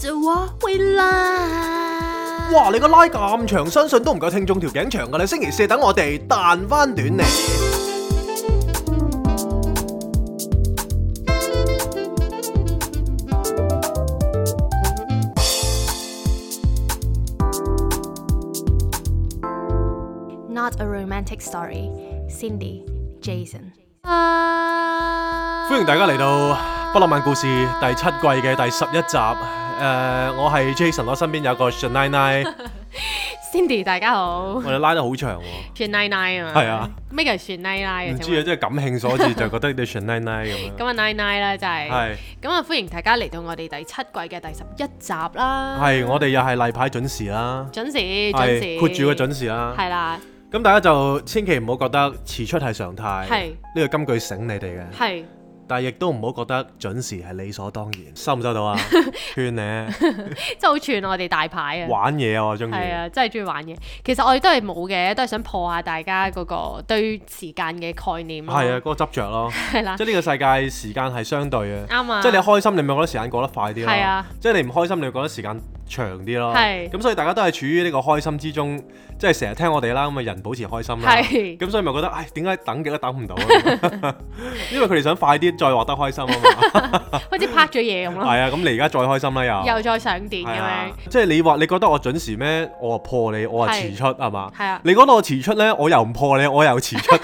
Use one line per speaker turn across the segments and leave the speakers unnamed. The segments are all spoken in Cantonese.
就話會拉。
哇！你個拉咁長，相信都唔夠聽眾條頸長㗎啦。星期四等我哋彈翻短嚟。
Not a romantic story. Cindy, Jason。啊！
歡迎大家嚟到不浪漫故事第七季嘅第十一集。誒、我係 Jason，我身邊有個 s h a n i n i
Cindy，大家好
我哋拉得好長喎。
，Shan Nai Nai 啊嘛，
係啊，
咩叫 Shan Nai Nai 啊？
唔知啊，即係感興所致，就覺得你 s h a n i n i 咁樣。
咁啊，Nai Nai 啦，真 係。
係
咁啊，歡迎大家嚟到我哋第七季嘅第十一集啦。
係，我哋又係例牌準時啦，
準時，準
係
時，
括住個準時啦。
係啦，
咁大家就千祈唔好覺得遲出係常態，
係
呢個金句醒你哋嘅，
係
但係亦都唔好覺得準時係理所當然，收唔收 到啊？勸你
真係好串我哋大牌啊！
玩嘢啊，我中意。
係啊，真係中意玩嘢。其實我哋都係冇嘅，都係想破下大家嗰個對時間嘅概念咯。
係啊，嗰、個執著咯，
係啦
即，係呢個世界時間係相對嘅，
啱啊。
即係你開心，你咪覺得時間過得快啲咯。
係啊
即係你唔開心，你會覺得時間長啲咯。
係
咁所以大家都係處於呢個開心之中，即係成日聽我哋啦，咁啊人保持開心啦。
係
咁所以咪覺得，唉，點解等極都等唔到 啊？因為佢哋想快啲再獲得開心啊嘛。
好似拍咗嘢咁咯，
係啊，咁你而家再開心啦又。
又再上電咁
哦係啊
樣。，
即係你話你覺得我準時咩？我話破你，我話
係
遲出係嘛？
係啊
你覺得我遲出呢，我又唔破你，我又遲 出，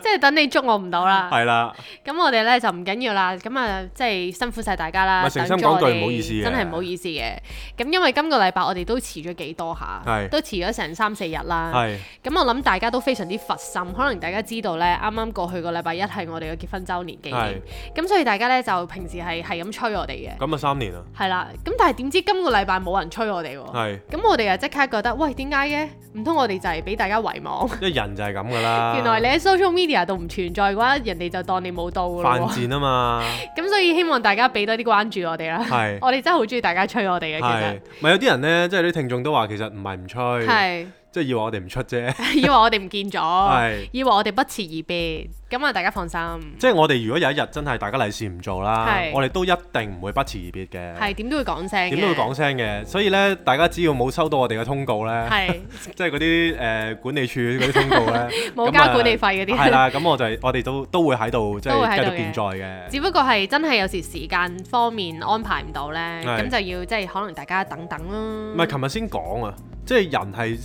即係等你捉我唔到啦。
係啦，
咁我哋咧就唔緊要啦，咁啊即係辛苦晒大家
咪
啦。
誠心
等咗我
講句
哋
唔好意思嘅
真係唔好意思嘅。咁因為今個禮拜我哋都遲咗幾多下
係，
都遲咗成三四日啦。
係
咁我諗大家都非常之佛心，可能大家知道咧，啱啱過去個禮拜一係我哋嘅結婚週年紀念，咁所以大家咧就平時係係咁催我哋嘅，
咁啊三年啊，
係啦。咁但係點知今個禮拜冇人催我哋喎，
係，
咁我哋又即刻覺得，喂點解嘅？唔通我哋就係俾大家遺忘？
因為人就係咁噶啦。
原來你喺 social media 度唔存在嘅話，人哋就當你冇到噶咯
犯
喎。
賤啊嘛，
咁所以希望大家俾多啲關注我哋 啦。
係
我哋真係好中意大家催我哋嘅，
係
其，
咪有啲人呢？即係啲聽眾都話其實唔係唔
實
吹，
係哦
即係以為我哋唔出啫。
以為我哋唔見
係
咗，以為我哋不辭而別。咁啊，大家放心，
即係我哋如果有一日真係大家利是唔做啦，
係
我哋都一定唔會不辭而別嘅，
係點都會講聲嘅，
點都會講聲嘅。所以呢，大家只要冇收到我哋嘅通告呢。
係
即係嗰啲誒管理處嗰啲通告咧，
冇
咁啊
交管理費嗰啲
係啦，咁我就係我哋都都會喺度即
都會
係
喺
繼
度嗯
續健在
只
嘅，
不過係真係有時時間方面安排唔到呢，
係
咁就要即係可能大家等等
唔
啦。
係琴日先講啊，即係人係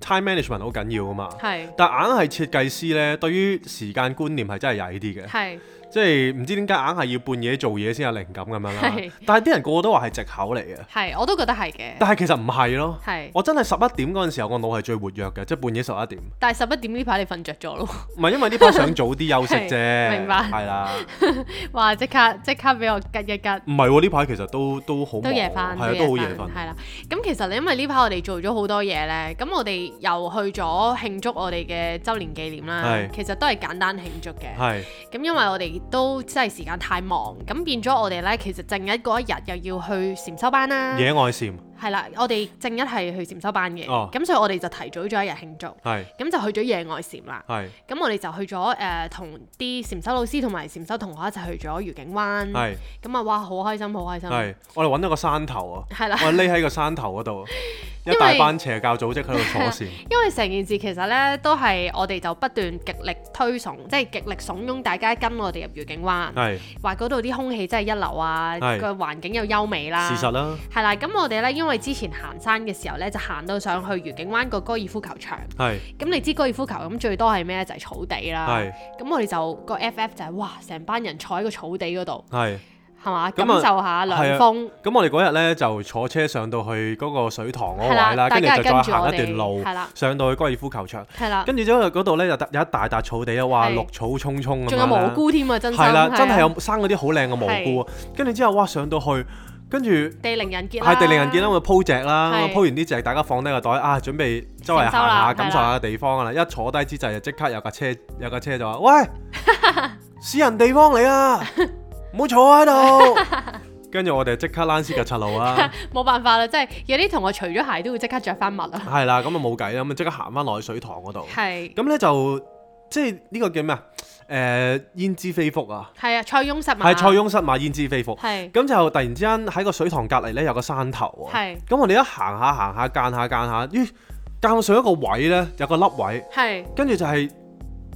time management 好緊要啊嘛。
係
但硬係設計師咧，對於時間觀念係真係曳啲嘅，
係
即係唔知點解硬係要半夜做嘢先有靈感咁樣啦
係。
但係啲人個個都話係藉口嚟嘅，
係，我都覺得係嘅。
但係其實唔係咯。
係，
我真係十一點嗰陣時候，我腦係最活躍嘅，即係半夜十一點。
但係十一點呢排你瞓着咗咯，
唔係因為呢排想早啲休息啫，
係明白
係啦。
哇！即刻即刻俾我吉一吉。
唔係喎，呢排其實都都好
都
忙
夜瞓，
係啊，都好夜瞓。
係啦。咁其實你因為呢排我哋做咗好多嘢咧，咁我哋又去咗慶祝我哋嘅周年紀念啦
係。
其實都係簡單慶祝嘅。
係
咁因為我哋都真係時間太忙，咁變咗我哋咧，其實正日嗰一日又要去禪修班啦。
野外禪，
係啦，我哋正日係去禪修班嘅，
哦
咁所以我哋就提早咗一日慶祝，
係
咁就去咗野外禪啦。
係
咁我哋就去咗誒同啲禪修老師同埋禪修同學一齊去咗愉景灣，
係
咁啊哇好開心好開心，
係，我哋揾到個山頭啊，
係啦
我。哋匿喺個山頭 嗰度，一
因為
大班邪教組織喺度坐線，
因為成件事其實咧都係我哋就不斷極力推崇，即係極力慫恿大家跟我哋入愉景灣，
係
話嗰度啲空氣真係一流啊，
係
個環境又優美啦。
事實啦，
係啦，咁我哋咧因為之前行山嘅時候咧就行到上去愉景灣個高爾夫球場，
係
咁你知高爾夫球咁最多係咩咧？就係、草地啦。
係
咁我哋就個 FF 就係、哇，成班人坐喺個草地嗰度，
係。
係嘛？
咁啊
感受下
係啊
涼風，
咁我哋嗰日咧就坐車上到去嗰個水塘嗰個
係啦
位哦啦，
大
跟住
家
就再
係跟住我
行
哋
一段路
係啦，
上到去高爾夫球場，
係啦，
跟住之後嗰度咧就得有一大笪草地啊，哇，
係
綠草葱葱咁
仲有
樣啦
蘑菇添啊！真心
係啦，
係啊
真係有生嗰啲好靚嘅蘑菇，啊跟住之後哇上到去，跟住。
地靈人傑啦，
係地靈人見啦，咁就鋪席啦，咁啊
係
鋪完啲席，大家放低個袋啊，準備周圍
成舟
行下，
啦係
感
啦
受下地方啦。一坐低之際，就即刻有架車，有架車就 話：喂，私人地方嚟啊，唔好坐喺 度。跟住我哋即刻躝屍嘅柒路啦，
冇辦法啦，即係有啲同學除咗鞋都會即刻着翻襪啊。
係啦，咁啊冇計啦，咁啊即刻行翻落去水塘嗰度。
係
咁咧就即係呢個叫咩啊？誒、誒焉知非福啊，
係啊，塞翁失馬。
係塞。翁失馬焉知非福。
係
咁就突然之間喺個水塘隔離咧有個山頭啊，
係
咁我哋一行下行下間下間下，咦間上一個位咧有個凹位，
係
跟住就係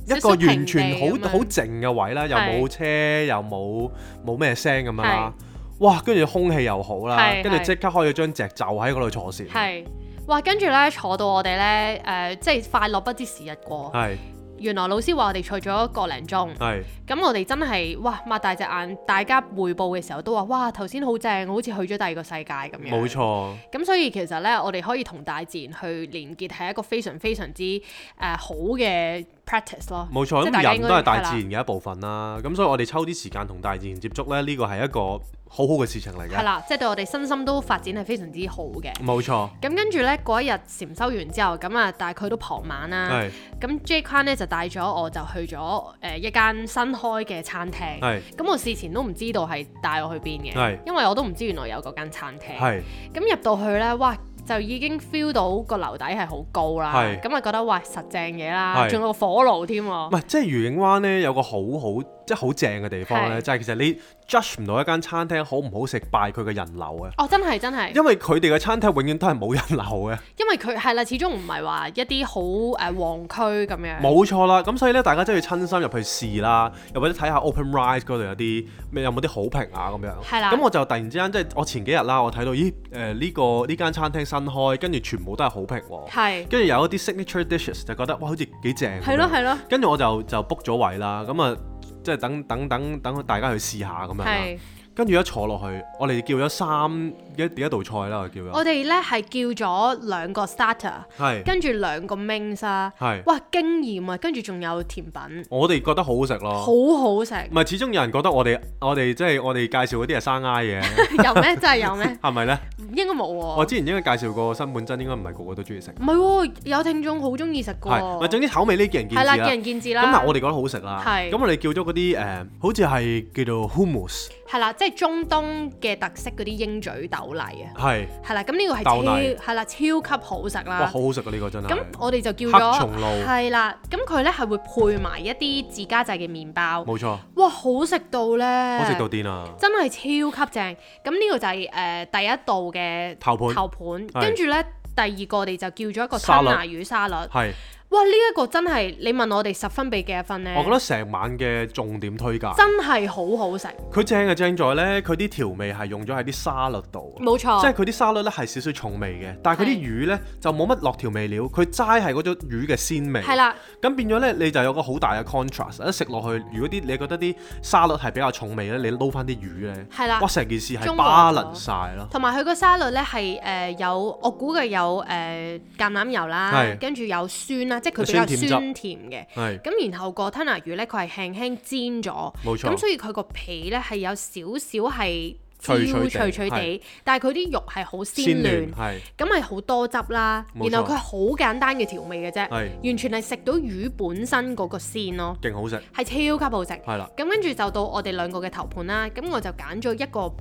一個
少少平
完全好
地咁樣
好靜嘅位啦，又
係
冇車又冇冇咩聲咁樣啦。哇！跟住空氣又好啦，
係
跟住
係
即刻開咗張席就喺嗰度坐禪。
係。哇！跟住咧坐到我哋咧誒，即係快樂不知時日過。
係
原來老師話我哋坐咗個零鐘。
係
咁我哋真係哇擘大隻眼，大家匯報嘅時候都話哇頭先好正，好似去咗第二個世界咁樣。
冇。錯，
咁所以其實呢，我哋可以同大自然去連結，係一個非常非常之誒、呃好嘅 practice 咯。
冇錯。
即係大家
咁
應該
人都係大
啦
自然嘅一部分啦，咁所以我哋抽啲時間同大自然接觸咧，呢個係一個好好嘅事情嚟
係
嘅。
啦，即係對我哋身心都發展係非常之好嘅。
冇錯，
咁跟住呢，嗰一日禪修完之後，咁啊大概都傍晚啦。
係
咁 J Kwan 咧就帶咗我就去咗誒、呃一間新開嘅餐廳。
係
咁我事前都唔知道係帶我去邊嘅
係，
因為我都唔知原來有嗰間餐廳。
係
咁入到去呢，哇！就已經 feel 到個樓底係好高啦，
係
咁啊覺得哇實正嘢啦，
係
仲有個火爐添
唔
喎，
係，即係愉景灣咧有個好好即係好正嘅地方咧，
係
就係其實你 judge 唔到一間餐廳好唔好食，拜佢嘅人流啊。
哦真係真係，
因為佢哋嘅餐廳永遠都係冇人流嘅，
因為佢係啦，始終唔係話一啲好誒旺區咁樣，
冇錯啦。咁所以咧，大家真係要親身入去試啦，又或者睇下 OpenRice 嗰度有啲咩有冇啲好評啊咁樣。
係啦
咁我就突然之間即係我前幾日啦，我睇到咦誒呢、個呢間餐廳新開，跟住全部都係好評喎。
係
跟住有一啲 signature dishes 就覺得哇好似幾正。
係咯。係咯
跟住我就就 book 咗位啦，咁啊即係等等等等大家去試下咁樣啦。
係，
跟住一坐落去，我哋叫咗三一一道菜啦，我叫咗
我哋呢係叫咗兩個 starter，
係
跟住兩個 main 啦，
係，
哇驚豔啊！跟住仲有甜品，
我哋覺得好好食咯。
好好 食，
唔係，始終有人覺得我哋我哋即係我哋介紹嗰啲係生挨 嘅，
有咩真係有咩？
係咪呢？
應該冇
我
喎，
之前應該介紹過新本真，應該唔係個個都中意食。
唔係喎，有聽眾好中意食㗎
係，咪
喎，
總之口味呢見仁見
係
智
啦，
啦。
見仁
啊咁
見智啦。
但係我哋覺得好食啦。
係
咁我哋叫咗嗰啲誒，好似係叫做 hummus，
係啦，即係中東嘅特色嗰啲鷹嘴豆泥啊，
係，
係啦，咁呢個係
豆泥
超係啦，超級好食
哇，
啦。
好好食啊！呢個真
咁
係。
我哋就叫
黑松
咗
露
係啦，咁佢呢係會配埋一啲自家製嘅麵包，
冇錯，
哇，好食到呢，
好食到癲啊！
真係超級正。咁呢個就係、呃第一道嘅
頭盤
頭盤，
係
跟住呢，第二個我哋就叫咗一個
沙
吞
律
拿魚沙律。
係，
哇！呢、一個真係你問我哋十分俾幾多分呢？
我覺得成晚嘅重點推介。
真係好好食，
佢正嘅正在呢，佢啲調味係用咗喺啲沙律度啊。
冇錯，
即係佢啲沙律咧係少少重味嘅，但係佢
係
啲魚咧就冇乜落調味料，佢齋係嗰種魚嘅鮮味。
係啦，
咁變咗咧你就有個好大嘅 contrast。一食落去，如果啲你覺得啲沙律係比較重味咧，你撈翻啲魚咧，
係啦
哇成件事係
中和咗
balance 晒咯。
同埋佢個沙律咧係誒有，我估計有誒、呃、橄欖油啦
係，
跟住有酸啦，即係佢比較
酸甜汁
酸甜嘅。
係
咁然後個吞拿魚咧，佢係輕輕煎咗，
冇錯
咁所以佢個皮咧係有少少係焦
脆脆地
脆脆地，但係佢啲肉係好鮮
鮮嫩
嫩，
係
咁係好多汁啦。
冇錯
然後佢好簡單嘅調味嘅啫，
係
完全係食到魚本身嗰個鮮咯，
勁好食，
係超級好食。
係啦，
咁跟住就到我哋兩個嘅頭盤啦，咁我就揀咗一個誒唔、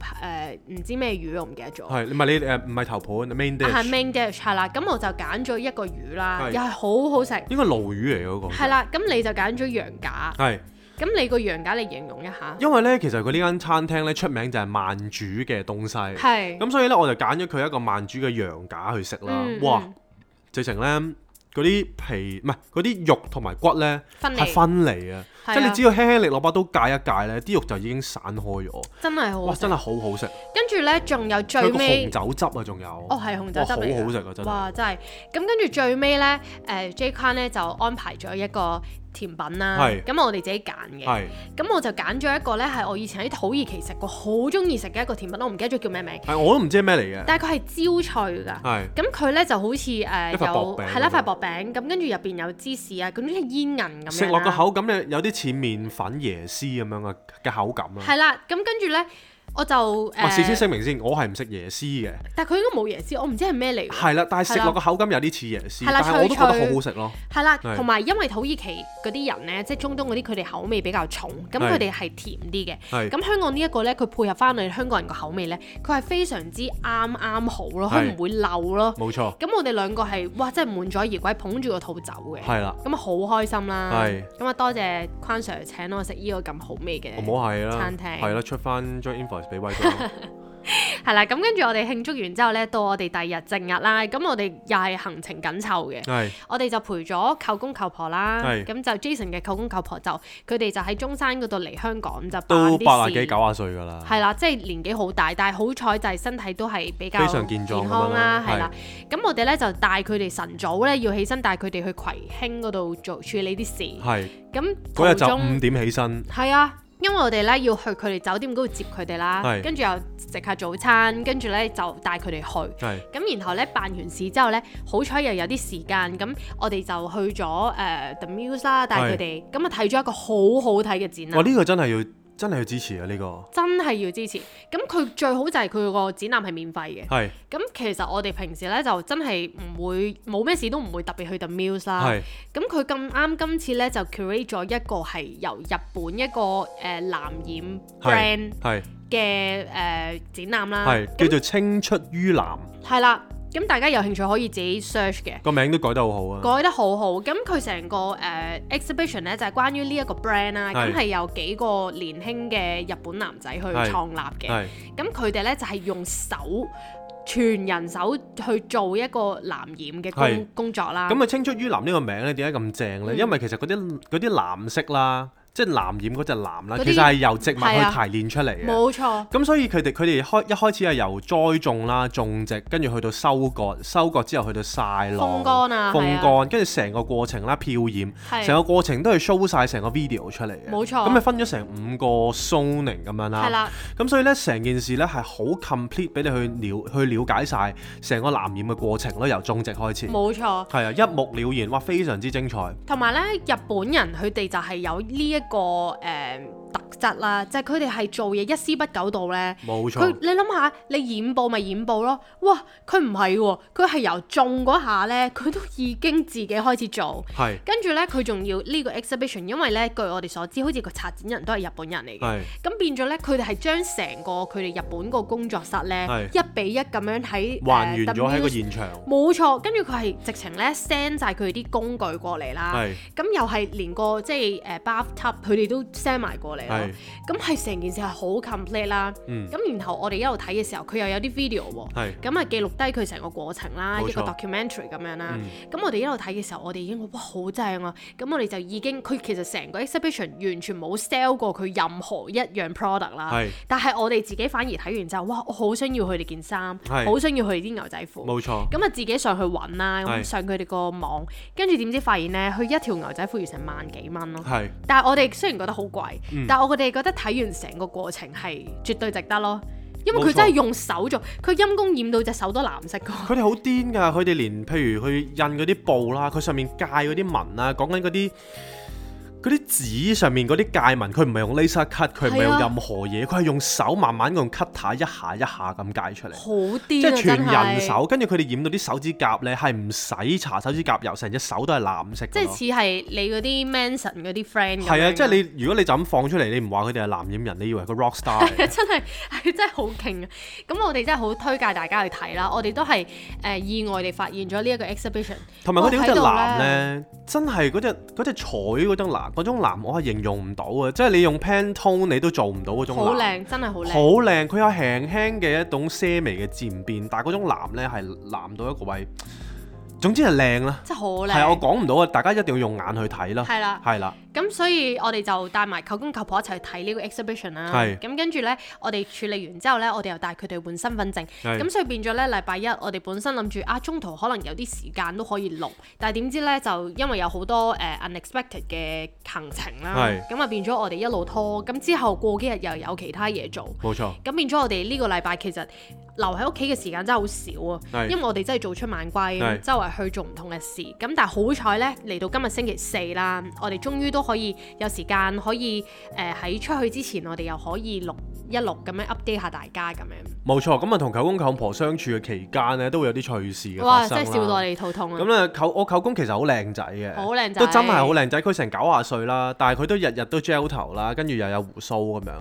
知咩魚，我唔記得咗。
係唔係你誒唔係頭盤 main
啊係
dish，
main dish 係啦，咁我就揀咗一個魚啦，
係
又係好好食。
應該鱸魚嚟嗰個。
係啦，咁你就揀咗羊架，
係，
咁你個羊架你形容一下。
因為咧，其實佢呢間餐廳咧出名就係慢煮嘅東西，
係，
咁所以咧我就揀咗佢一個慢煮嘅羊架去食啦。
嗯
哇！
嗯
直情咧嗰啲皮唔係嗰啲肉同埋骨咧
分離
係分離啊！
係
即
啊
係你只要輕輕力攞把刀戒一戒咧，啲肉就已經散開咗。
真係好
哇！
好
真
食。
係好好食，
跟住呢，仲有
佢
最
個
尾
紅，酒汁啊，仲有
哦係紅酒汁
哇
嚟㗎
好好食啊！真係
哇真係。咁跟住最尾呢，誒 J Kwan 咧就安排咗一個甜品啦，
係
咁我哋自己揀嘅。
係
咁我就揀咗一個呢，係我以前喺土耳其食過，好中意食嘅一個甜品，我唔記得咗叫咩名，
係我都唔知係咩嚟嘅，
但係佢係焦脆㗎。
係
咁佢咧就好似誒、呃、
一
有
塊薄餅
係啦
咁樣
塊薄餅，咁跟住入邊有芝士啊，咁啲煙韌咁樣
食落個
啦
口感咧有啲似麵粉椰絲咁樣嘅嘅口感啊！
係啦，咁跟住咧我就
喂，事先
誒，
聲明先，我係唔食椰絲嘅，
但係佢應該冇椰絲，我唔知係咩嚟喎。
係啦，但係食
係啦
落個口感有啲似椰絲，
係啦
但係我都覺得
脆脆
好好食咯。
係啦，
係
同埋因為土耳其嗰啲人呢，即係中東嗰啲，佢哋口味比較重，咁
係
佢哋係甜啲嘅。
係
咁香港呢一個呢，佢配合翻你香港人個口味呢，佢係非常之啱啱好咯，佢
係
唔會漏咯。
冇錯，
咁我哋兩個係哇，真係滿載而歸，捧住個肚走嘅。
係啦，
咁啊，好開心啦！
係
咁啊，多謝關 Sir 請我食呢個咁好味嘅
我唔好啊係啦
餐，廳
係啦，出翻張 invoice 俾威哥，
係啦。咁跟住我哋慶祝完之後呢，到我哋第二日正日啦。咁我哋又係行程緊湊嘅，
係
我哋就陪咗舅公舅婆啦。
係
咁就 Jason 嘅舅公舅婆就佢哋就喺中山嗰度嚟香港就辦
都
啲
八啊幾
事
九啊歲㗎啦，
係啦，即係年紀好大，但係好彩就係身體都係比較
非常健壯
健康啦，
咁樣啦
係啦。咁我哋咧就帶佢哋晨早咧要起身，帶佢哋去葵興嗰度做處理啲事。
係
咁
嗰日
途
就
中
五點起身，
係啊，因為我哋咧要去佢哋酒店嗰度接佢哋啦，
係
跟住又食下早餐，跟住咧就帶佢哋去。
係
咁然後咧辦完事之後咧，好彩又有啲時間，咁我哋就去咗誒、呃 The Muse 啦，帶佢哋咁啊睇咗一個好好睇嘅展覽
哇！。呢個真係要真係要支持啊！呢個
真係要支持。咁佢最好就係佢個展覽係免費嘅。
係
咁其實我哋平時咧就真係唔會冇咩事都唔會特別去 The Muse 啦。
係
咁佢咁啱今次咧就 curate 咗一個係由日本一個誒、呃、藍染 brand
係
嘅誒、呃展覽啦。
係叫做青出於藍，
係啦，咁大家有興趣可以自己 search 嘅。
個名都改得好好啊！
改得好好，咁佢成個誒、呃 exhibition 咧就係、關於呢一個 brand 啦，
係
咁係有幾個年輕嘅日本男仔去
係
創立嘅。
係
咁佢哋咧就係、用手全人手去做一個藍染嘅
係
工工作啦。
咁啊，青出於藍呢個名咧點解咁正
嗯
咧？因為其實嗰啲嗰啲藍色啦，即係藍染嗰隻藍啦，
嗰啲
其實係由植物去
係啊
提煉出嚟嘅。
冇錯，
咁所以佢哋佢哋開一開始係由栽種啦、種植，跟住去到收割，收割之後去到曬
風
浪、
乾啊，係
風
啊，
乾，跟住成個過程啦、漂染，
係
成個過程都係 show 晒成個 video 出嚟嘅。
冇錯
咁咪分咗成五個 zoning 咁樣
係
啦。
啦，
咁所以咧，成件事咧係好 complete 俾你去了去了解晒成個藍染嘅過程咯，由種植開始。
冇錯。
係啊，一目了然，哇，非常之精彩。
同埋咧，日本人佢哋就係有呢、一個誒、呃特質啦，就係佢哋係做嘢一絲不苟到咧。
冇
佢
錯，
你諗下，你染布咪染布咯，哇！佢唔係喎，佢係由種嗰下咧， 佢都已經自己開始做，
係
跟住咧佢仲要呢個 exhibition，因為咧據我哋所知，好似個策展人都係日本人嚟嘅。
係
咁變咗咧，佢哋係將成個佢哋日本個工作室咧
係，
一比一咁樣喺呃
還原咗喺個
W-
現場。
冇錯，跟住佢係直情咧 send 晒佢啲工具過嚟啦。
係
咁又係連個即係誒 bathtub，佢哋都 send 埋過嚟啦
係。
咁係成件事係好 complete 啦。
嗯
咁然後我哋一路睇嘅時候，佢又有啲 video 喎。
係
咁啊記錄低佢成個過程啦，
冇錯
一個 documentary 咁樣啦
嗯。
咁、我哋一路睇嘅時候，我哋已經話哇好正啊！咁我哋就已經佢其實成個 exhibition 完全冇 sell 過佢任何一樣 product 啦。
係
但係我哋自己反而睇完之後，哇！我好想要佢哋件衫，
係
好想要佢哋啲牛仔褲。
冇錯，
咁啊，自己上去揾啦，
係
咁上佢哋個網，跟住點知發現呢，佢一條牛仔褲要成萬幾蚊咯。
係
但係我哋雖然覺得好貴，
嗯
但係我哋覺得睇完成個過程係絕對值得咯，因為
冇錯
佢真係用手做，佢陰公染到隻手都藍色㗎。
佢哋好癲㗎，佢哋連譬如佢印嗰啲布啦，佢上面界嗰啲紋啦，講緊嗰啲嗰啲紙上面嗰啲界紋，佢唔係用 laser cut，佢唔係
係
用
啊
任何嘢，佢係用手慢慢用 cutter 一下一下咁界出 嚟。
好癲啊！
即係全
真係
人手，啊跟住佢哋染到啲手指甲咧，係唔使搽手指甲油，成隻手都係藍色㗎
即係
咯。
似係你嗰啲 Manson 嗰啲 friend 咁樣
係啊，即係你如果你就咁放出嚟，你唔話佢哋係藍染人，你以為佢 rock star 嚟
真係係 真係好勁啊！咁我哋真係好推介大家去睇啦。我哋都係誒、呃意外地發現咗呢一個 exhibition，
同埋佢哋嗰隻
哇睇
藍
到呢
咧，真係嗰隻嗰隻彩嗰種藍，嗰種藍我係形容唔到啊！即係你用 Pantone 你都做唔到嗰種
好
藍。
靚，真係好
好
靚，
靚，佢有輕輕嘅一種些微嘅漸變，但係嗰種藍咧係藍到一個位，總之係靚啦。
真係好
係
靚。
我講唔到啊，大家一定要用眼去睇啦。
係啦，
係啦，
咁所以我哋就帶埋舅公舅婆一齊去睇呢個 exhibition 啦。
係
咁跟住呢，我哋處理完之後呢，我哋又帶佢哋換身份證。
係
咁所以變咗呢，禮拜一我哋本身諗住啊，中途可能有啲時間都可以錄，但係點知呢，就因為有好多誒、呃 unexpected 嘅行程啦
係，
咁啊變咗我哋一路拖。咁之後過幾日又有其他嘢做。
冇錯，
咁變咗我哋呢個禮拜其實留喺屋企嘅時間真係好少啊，
係
因為我哋真係早出晚歸，
係
周圍去做唔同嘅事。咁但係好彩呢，嚟到今日星期四呃啦，我哋終於都可以有時間可以誒喺、出去之前，我哋又可以錄一六咁樣 update 下大家咁樣。
冇錯，咁啊同舅公舅婆相處嘅期間咧，都會有啲趣事嘅
哇！
發
真係
生
笑到
啦。
你肚痛啊！
咁咧，舅我舅公其實好靚仔嘅，
好靚仔
都真係好靚仔。佢成九廿歲啦，但係佢都日日都 gel 頭啦，跟住又有胡鬚咁樣。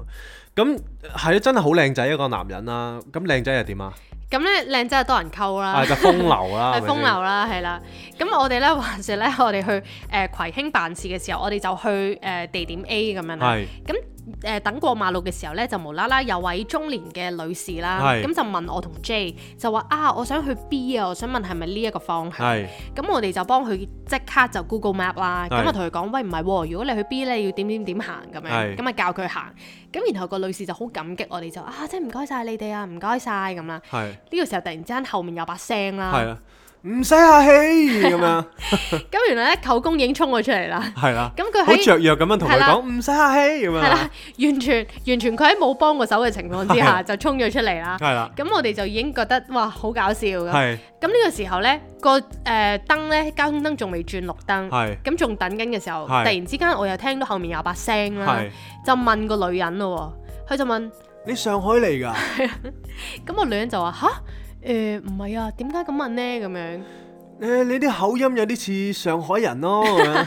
咁係真係好靚仔一個男人啦。咁靚仔又點啊？
咁咧靚仔係多人溝啦
係。啊就風流啦，
係
係咪
風
先
流啦，係啦。咁我哋 咧，話説咧，我哋去誒、呃葵興辦事嘅時候，我哋就去誒、呃地點 A 咁樣啦。
係
咁誒、呃等過馬路嘅時候咧，就無啦啦有位中年嘅女士啦，
係
咁就問我同 J 就話啊，我想去 B 啊，我想問係咪呢一個方向？
係
咁我哋就幫佢即刻就 Google Map 啦，
係
咁啊同佢講，喂唔係喎，如果你去 B 咧要點點點行咁樣，
係
咁啊教佢行。咁然後個女士就好感激我哋就啊，真係唔該晒你哋啊，唔該晒咁啦。
係
呢個時候突然之間後面有把聲
係啊
啦，
啦，唔使客氣 咁樣，
咁原來咧舅公已經衝咗出嚟啦。
係啦。
咁佢
好啊
喺
雀躍咁樣同佢
係啦
講唔使客氣咁樣
係啦
啦，，
完全完全佢喺冇幫過手嘅情況之下
係
就衝咗出嚟啦。
係啦，
咁我哋就已經覺得哇好搞笑咁。
係
咁呢個時候呢，個誒、呃、燈咧，交通燈仲未轉綠燈，
係
咁仲等緊嘅時候，突
係
然之間我又聽到後面有把聲啦
係，。
就問個女人咯喎，佢就問，
你上海嚟 㗎？
咁個女人就話吓，誒唔係啊，點解咁問呢？咁樣
誒，你啲口音有啲似上海人咯，咁樣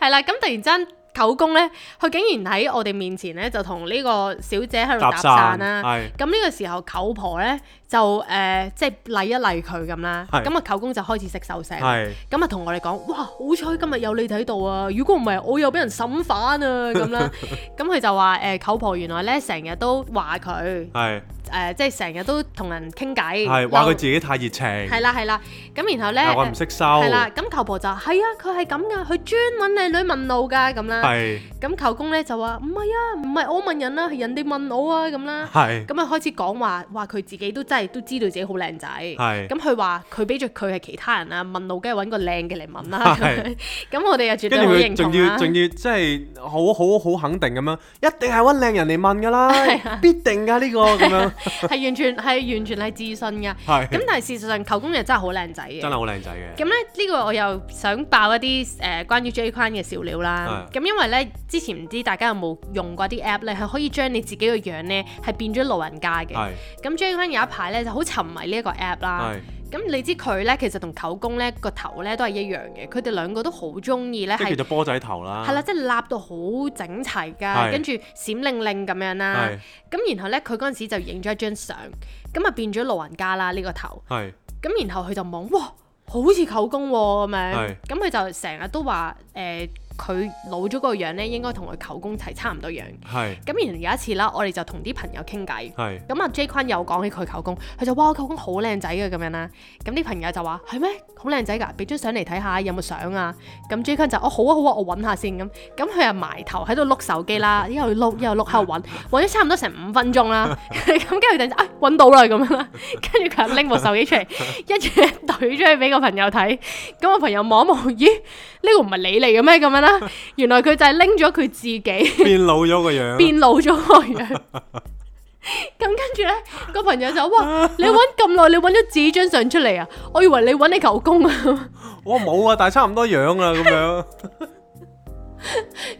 係啦，咁突然之間舅公呢，佢竟然喺我哋面前呢，就同呢個小姐喺度 搭訕啦。
係
咁呢個時候，舅婆呢，就誒、呃即係禮一禮佢咁啦。
係
咁啊，舅公就開始食手勢啦。
係
咁啊同我哋講，哇，好彩今日有你喺度啊！如果唔係，我又俾人審犯啊咁 啦。咁佢就話誒，舅婆原來咧成日都話佢
係
誒，即係成日都同人傾偈，
係話佢自
己
己太熱情，
係啦係啦。咁然後
又話
咧
唔。識收，
係啦，咁舅婆就係啊，佢係咁噶，佢專揾靚女問路噶咁啦。
係
咁舅公咧就話唔係啊，唔係我問人啦，係人哋問我啊咁啦。
係
咁啊開始講話，話佢自己都真係都知道自己好靚仔。
係
咁佢話佢俾着佢係其他人啊，問路梗係揾個靚嘅嚟問 啦。
係
咁我哋又絕
跟
對
住
好
佢
認同
仲要
啦。
仲要即係好好好肯定咁樣，一定係揾靚人嚟問㗎啦，必定㗎呢個咁樣，
係完全係完全係自信㗎。咁
係
但係事實上，舅公又真係好靚仔嘅。
真係好靚仔嘅，
咁咧呢個我又想爆一啲誒、呃、關於 J 框嘅笑料啦。咁因為咧之前唔知大家有冇用過啲 app 咧，係可以將你自己個樣咧係變咗老人家嘅。
係
咁 J 框有一排咧就好沉迷呢一個 app 啦。
係
咁你知佢咧其實同舅公咧個頭咧都係一樣嘅，佢哋兩個都好中意咧
即係
係
叫做波仔頭啦，
係啦，即係立到好整齊㗎，
啊係
跟住閃令令咁樣啦
係。
咁然後咧，佢嗰陣時就影咗一張相，咁啊變咗老人家啦呢、個頭。
係
咁然後佢就望，哇，好似舅公喎咁樣
係。
咁佢就成日都話誒，佢、老咗個樣咧，應該同佢舅公齊差唔多樣。
係
咁然後有一次啦，我哋就同啲朋友傾偈。
係
咁啊 J 坤又講起佢舅公，佢就哇我舅公好靚仔嘅咁樣啦。咁啲朋友就話係咩？好靚仔㗎，俾張相嚟睇下有冇相啊？咁 J 坤就哦好啊好啊，我揾下先咁。咁佢又埋頭喺度碌手機啦，一路碌一路碌喺度揾，揾咗差唔多成五分鐘啦。 咁跟住突然間哎揾到啦咁樣啦，跟住佢又拎部手機出嚟，一嘢懟咗去俾個朋友睇。咁個朋友望一望，咦呢個唔係你嚟嘅咩咁樣啦？原來佢就係拎咗佢自己。
變老咗個樣，
變老咗個樣。 咁跟住呢個朋友就哇，你揾咁耐，你揾咗自己張相出嚟啊？我以為你揾你舅公啊。
我冇啊，但係差唔多樣啦咁樣。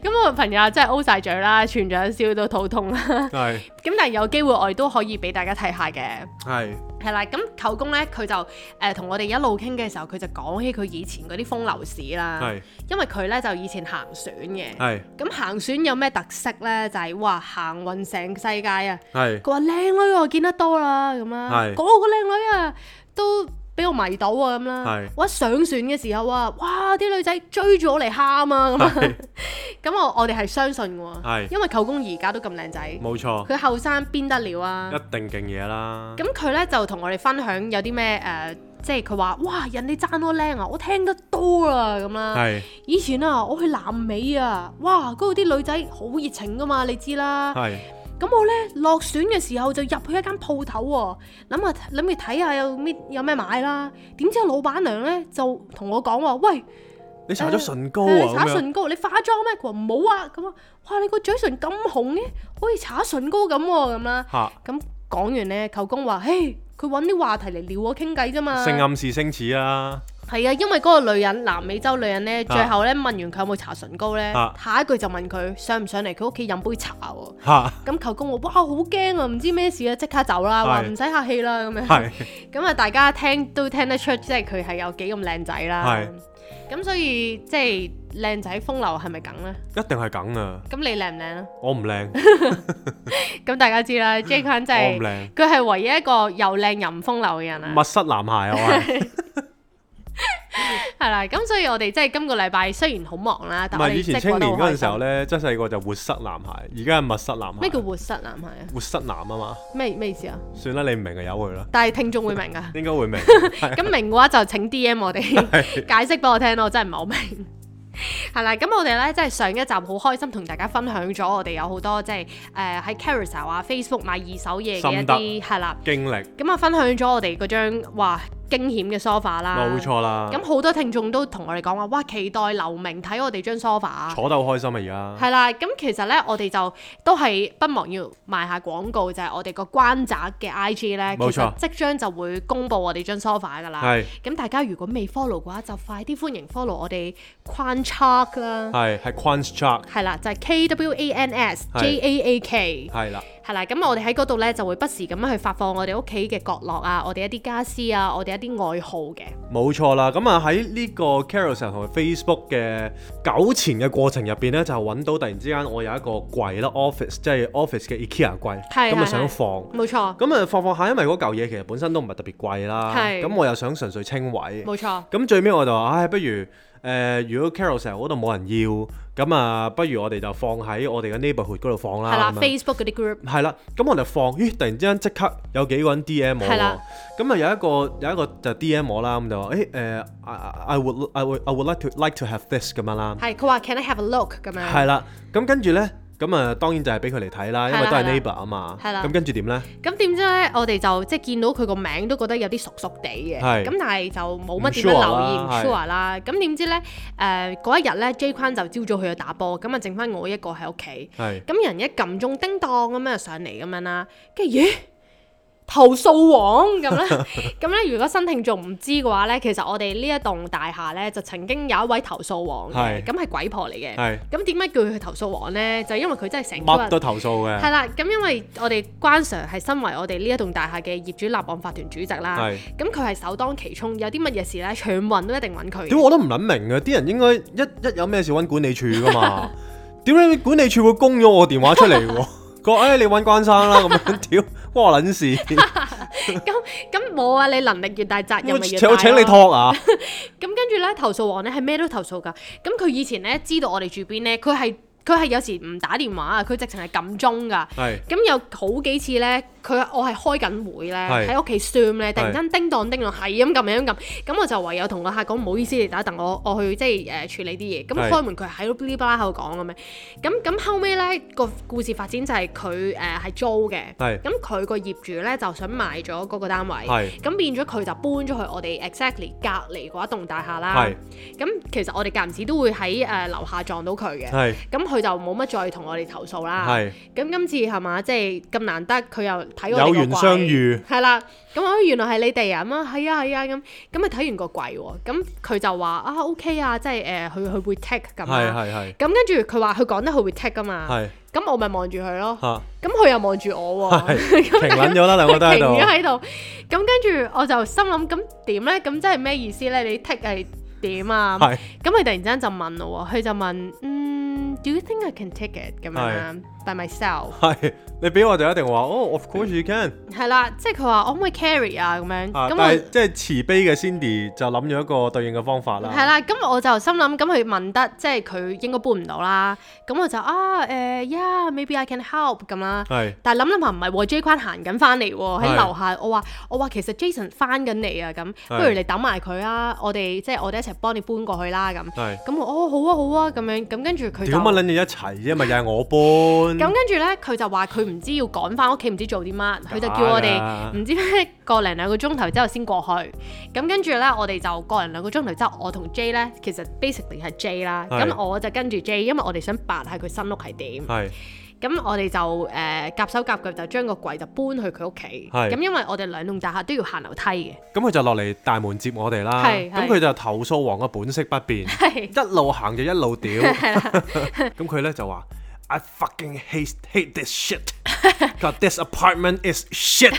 咁我朋友真係 O 晒嘴啦，全場笑到肚痛啦。
係
咁但係有機會我哋都可以俾大家睇下嘅。
係
係啦，咁舅公呢，佢就誒同、我哋一路傾嘅時候，佢就講起佢以前嗰啲風流史啦。
係
因為佢呢就以前行船嘅。
係
咁行船有咩特色呢？就係、哇行運成世界啊！
係
佢話靚女啊我見得多啦咁啦，嗰
係
個靚女啊都俾我迷到啊咁啦
係。
我一上船嘅時候啊，哇啲女仔追住我嚟喊啊咁啊，
係
咁我我哋係相信嘅喎，
係
因為舅公而家都咁靚仔，
冇錯，
佢後生邊得了啊？
一定勁嘢啦。
咁佢咧就同我哋分享有啲咩誒，即係佢話哇人哋讚我靚啊，我聽得多啦咁啦。
係
以前啊，我去南美啊，哇嗰度啲女仔好熱情噶嘛，你知啦。
係
咁我咧落選嘅時候就入去一間鋪頭喎，諗下諗住睇下有咩有咩買啦。點知個老闆娘咧就同我講話：，喂，
你搽咗唇膏啊
誒搽
咁樣，
唇膏，你化妝咩？佢話冇啊，咁啊，哇！你個嘴唇咁紅嘅，好似搽唇膏咁喎，咁啦。
嚇
咁講完咧，舅公話：，嘿，佢揾啲話題嚟撩我傾偈啫嘛。
性暗示星矢啊，
係啊，因為嗰個女人，南美洲女人咧，
啊
最後咧問完佢有冇搽唇膏咧
啊，
下一句就問佢上唔上嚟佢屋企飲杯茶喎。
嚇
咁舅公話：哇，好驚啊，唔知咩事啊，即刻走啦，話
係
唔使客氣啦咁樣。
係
咁啊，大家聽都聽得出，即係佢係有幾咁靚仔啦
係。
咁所以即係靚仔風流係咪梗呢？
一定係梗啊！
咁你靚唔靚 啊？
我唔靚，
咁大家知啦，J 君 真
我
係
唔靚，
佢係唯一一個又靚又唔風流嘅人啊。
密室男孩啊！我 係
係啦，咁所以我哋即係今個禮拜雖然好忙啦，
唔
但我
係
哋
以
即
前
係
青
過
年
得好
嗰陣時
開
候
心
咧，即係細個就活塞男孩，而家係密室男孩。
咩叫活塞男係啊？
活塞男啊嘛？
咩咩意思啊？
算啦，你唔明就由佢啦，，
但係聽眾會明噶
應該 會明。係
咁明嘅話就請 D M 我哋
係
解釋俾我聽咯，我真係唔係好明。 係啦，咁我哋咧，即係上一集好開心同大家分享咗，我哋有好多即係誒喺 Carousel 啊、Facebook 買二手嘢嘅
心得
一啲係啦，
經歷
咁啊分享咗我哋嗰張哇驚險嘅 sofa 啦，
冇。錯啦，
啊咁好多聽眾都同我哋講話，哇期待劉明睇我哋張 sofa 啊。
坐得好開心啊！而家
係啦，咁其實咧，我哋就都係不忘要賣下廣告，就係、我哋個關宅嘅 IG 咧，
冇
其實
錯
即將就會公布我哋張 sofa 噶啦。
係
咁大家如果未 follow 嘅話，就快啲歡迎 follow 我哋 Quan Chalk 啦。
係係 Quan's Chuck
係啦，就係 K W A N S
係啊
J A A K，
係啦，
係啦，咁我哋喺嗰度咧就會不時咁樣去發放我哋屋企嘅角落啊，我哋一啲家私啊，我哋一啲愛好嘅，
冇錯啦。咁啊喺呢個 Carousel 同埋 Facebook 嘅糾纏嘅過程入邊咧，就揾到突然之間我有一個櫃啦，office 即係 office 嘅 IKEA 櫃，
係
咁啊
係
想
係
放。
冇錯，
咁啊放放下，因為嗰嚿嘢其實本身都唔係特別貴啦，
係
咁我又想純粹清位，
冇錯，
咁最尾我就話，唉，不如誒、呃如果 Carousel 嗰度冇人要，咁啊，不如我哋就放喺我哋嘅 neighborhood 嗰度放
係啦
啦。咁樣
，Facebook 嗰啲 group，
係啦，咁我就放，咦！突然之間即刻有幾個人 DM 我
係
喎
啦，
咁啊有一個有一個就 DM 我啦，咁就話，誒誒、i I would I would I would like to like to have this 咁樣啦，
係佢話 Can I have a look 咁樣，
係啦，咁跟住咧，咁啊當然就係俾佢嚟睇啦，因為
係啦
都係
係啦
neighbor 啊嘛，
係啦
咁跟住點咧？
咁點知咧，我哋就即係見到佢個名都覺得有啲熟熟地嘅，
係
咁但係就冇乜點
唔 sure
樣留
啦
意唔
係
sure 啦。咁點知咧，誒嗰一日咧，J 坤就朝早去咗打波，咁啊剩翻我一個喺屋企。
係
咁人一撳鐘叮當咁樣上嚟咁樣啦，跟住咦投訴王咁 咧，咁咧如果新聽眾唔知嘅話咧，其實我哋呢一棟大廈咧就曾經有一位投訴王嘅，
係
咁係鬼婆嚟嘅。
係
咁點解叫佢投訴王咧？就因為佢真係成個
乜
人
都投訴
係
嘅，
啦，咁因為我哋關 Sir 係身為我哋呢一棟大廈嘅業主立案法團主席啦，
係。
咁佢係首當其衝，有啲乜嘢事咧，全運都一定揾佢
屌
嘅。
我都唔撚明啊！啲人應該一一有咩事揾管理處噶嘛？ 點解管理處會供咗我電話出嚟喎？ 佢話：誒，你揾關生啦咁樣，屌，關我撚 事！
咁冇啊，你能力越大，責任咪越大
我
咯。
請你托啊！
咁跟住咧，投訴王咧係咩都投訴㗎。咁佢以前咧知道我哋住邊咧，佢係佢係有時唔打電話啊，佢直情係撳鐘㗎。
係
咁有好幾次咧，佢我係開緊會咧，
係
喺屋企 Zoom 咧，突然間叮當叮當，係咁撳，係咁撳，咁我就唯有同個客講唔好意思，你打等我，我去即係誒、呃、處理啲嘢。咁
係
開門佢喺度嗶哩吧啦喺度講咁樣，咁咁後尾咧個故事發展就係佢誒係租嘅，
係
咁佢個業主咧就想賣咗嗰個單位，
係
咁變咗佢就搬咗去我哋 exactly 隔離嗰一棟大廈啦
係。
咁其實我哋間唔時都會喺誒、呃、樓下撞到佢嘅，
係
咁佢就冇乜再同我哋投訴啦。
係
咁今次係嘛，即係咁難得佢又睇我哋個櫃
有緣相，遇，
係啦。咁我原來係你哋啊，咁啊係啊係啊咁，咁咪睇完個櫃喎，咁佢就話啊 OK 啊，即係誒佢佢會 take 咁
係
啦。啊
係
咁
係
跟住佢話佢講得佢會 take 噶嘛，
係
咁我咪望住佢咯，
嚇
咁佢又望住我 喎，
係 停撚咗啦，兩個
佢
都 喺
停咗
度，
喺度。咁跟住我就心諗咁點咧？咁即係咩意思咧？你 take 係點啊？
係
咁佢突然之間就問我喎，佢就問嗯，Do you think I can take it 咁樣啦，by myself？
係你俾我就一定話哦，of course you can
係啦，即係佢話我可唔可以 carry 啊咁樣，
啊！
咁
但
我
係即係慈悲嘅 Cindy 就諗咗一個對應嘅方法啦，
係啦，咁我就心諗，咁佢問得，即係佢應該搬唔到啦，咁我就啊誒、y e a h maybe I can help 咁啦。
係
但係諗諗下唔係喎，J 框行緊翻嚟喎，喺
係
樓下。我話我話其實 Jason 翻緊嚟啊，咁不
係
如你等埋佢啊，我哋即係我哋一齊幫你搬過去啦咁。
係
咁我哦好啊好啊咁樣，咁跟住佢就
屌乜撚嘢一齊啫，咪又係我搬
咁跟。住咧，佢就話佢唔知要趕翻屋企，唔知做啲乜，佢就叫我
假
哋
㗎
唔知咩個零兩個鐘頭之後先過去。咁跟住咧，我哋就個零兩個鐘頭之後，我同 J 咧其實 basically 係 J 啦，
係
咁我就跟住 J，因為我哋想扮下佢新屋係點。
係
咁我哋就誒、呃夾手夾腳就將個櫃就搬去佢屋企。
係
咁因為我哋兩棟大廈都要行樓梯嘅，
咁佢就落嚟大門接我哋啦。
係
咁
係
佢就投訴王嘅本色不 變，
係
一路行就一路 屌。 咁佢咧就話：I fucking hate hate this shit。佢話 this apartment is shit。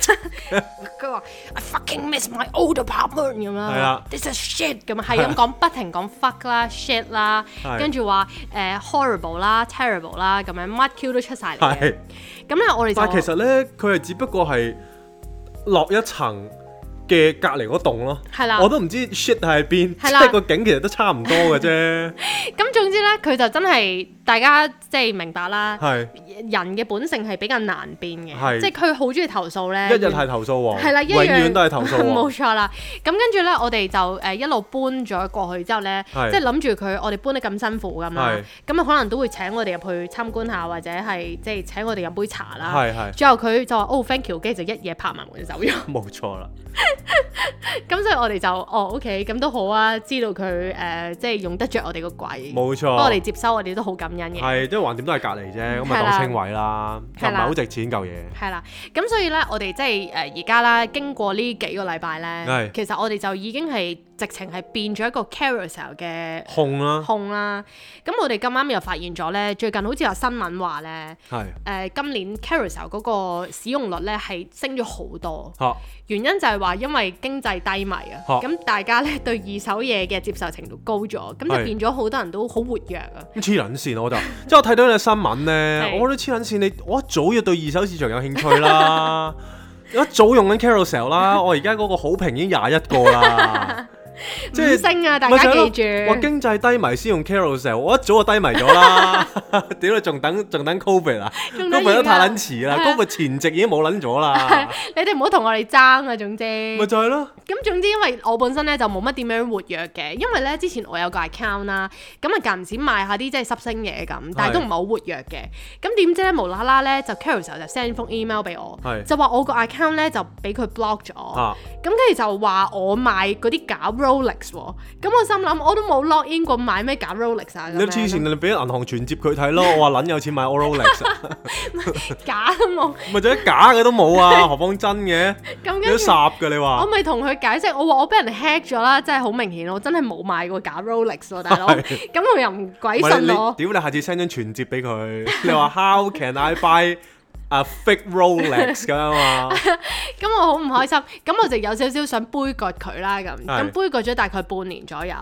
佢話 I fucking miss my old apartment 咁啦，
係啦
，this is shit 咁啊，係咁講，不停講 fuck 啦、shit 啦
係，
跟住話誒 horrible 啦、terrible 啦咁樣，乜 Q 都出晒嚟嘅
係。
咁咧我哋
但係
就
其實咧，佢係只不過係落一層嘅隔離嗰棟咯。
係啦
我都唔知 shit 喺邊，即
係啦
係個景其實都差唔多嘅 啫。
咁總之咧，佢就真係大家即係明白啦。
係
人嘅本性係比較難變
係
嘅，即係佢好中意投訴咧。
一日係投訴王，
係啦，一
永
樣
遠都係投訴
冇
王。
錯啦。咁跟住咧，我哋就誒一路搬咗過去之後咧，
係
即係諗住佢，我哋搬得咁辛苦咁啦
係，
咁啊可能都會請我哋入去參觀下，或者係即係請我哋飲杯茶啦。
係係
最後佢就話：哦，thank you，跟住就一嘢拍埋門就走咗。
冇錯 啦，
咁所以我哋就哦，OK，咁都好啊，知道佢誒即係用得着我哋個櫃，
冇錯
幫我哋接收，我哋都好感恩嘅。
係都係橫掂都係隔離啫，咁
係
啊
啦
當稱位啦，又
係
唔係
啦
好值錢嚿嘢。
係啦，咁所以咧，我哋即係呃誒而家啦，經過呢幾個禮拜咧
係，
其實我哋就已經係直情係變咗一個 carousel 嘅
控啦，
控啦。咁我哋咁啱又發現咗咧，最近好似有新聞話咧，誒、
係
今年 carousel 嗰個使用率咧係升咗好多，
嚇
原因就係話因為經濟低迷啊，
嚇
咁大家咧 對二手嘢嘅接受程度高咗，咁就
係
變咗好多人都好活躍啊。
咁黐撚線我就， 即係我睇到呢新聞咧，
係
我覺得黐撚線你，我一早要對二手市場有興趣 啦，我一早用緊 Carousel 啦，我而家嗰個好評已經廿一個啦，即
五
係。
星啊，大
咪就
家
係咯
記住。
哇經濟低迷先用 Carousel，我一早就低迷咗 啦。屌你仲等仲等 Covid 啊
仲等
？Covid 都
而家
太撚 遲啦
係啊
，Covid 前夕已經冇撚 咗啦，
你哋唔好同我哋爭啊，總之。
咪就 係咯。
咁總之，因為我本身咧就冇乜點樣活躍嘅，因為咧之前我有個 account 啦，咁啊間唔時賣下啲即係濕星嘢咁，但係都唔係好活躍嘅。咁點知咧無啦啦咧就 Carousel 就 send 封 email 俾我
係，
就話我個 account 咧就俾佢 block 咗，咁
啊
跟住就話我賣嗰啲假 Rolex 喎。咁我心諗我都冇 log in 過買咩假 Rolex 啊，咁
你黐
樣
線，你俾銀行存摺佢睇咯。 我話撚有錢買 Rolex，啊
假都冇。
咪就係假嘅都冇啊，何況真嘅？
咁跟
你都
住
霎。嘅你
我
話，
咪同佢解釋，我話我俾人 hack 咗啦，真係好明顯，我真係冇買過假 Rolex 喎，大佬。咁佢又唔啊鬼
唔係
信
你你
我
屌。你下次 send 張存摺俾佢， 你話 How can I buy a fake Rolex 咁樣嘛？
咁我好唔開心，咁我就有少少想杯葛佢啦咁，
係
咁杯葛咗大概半年左右，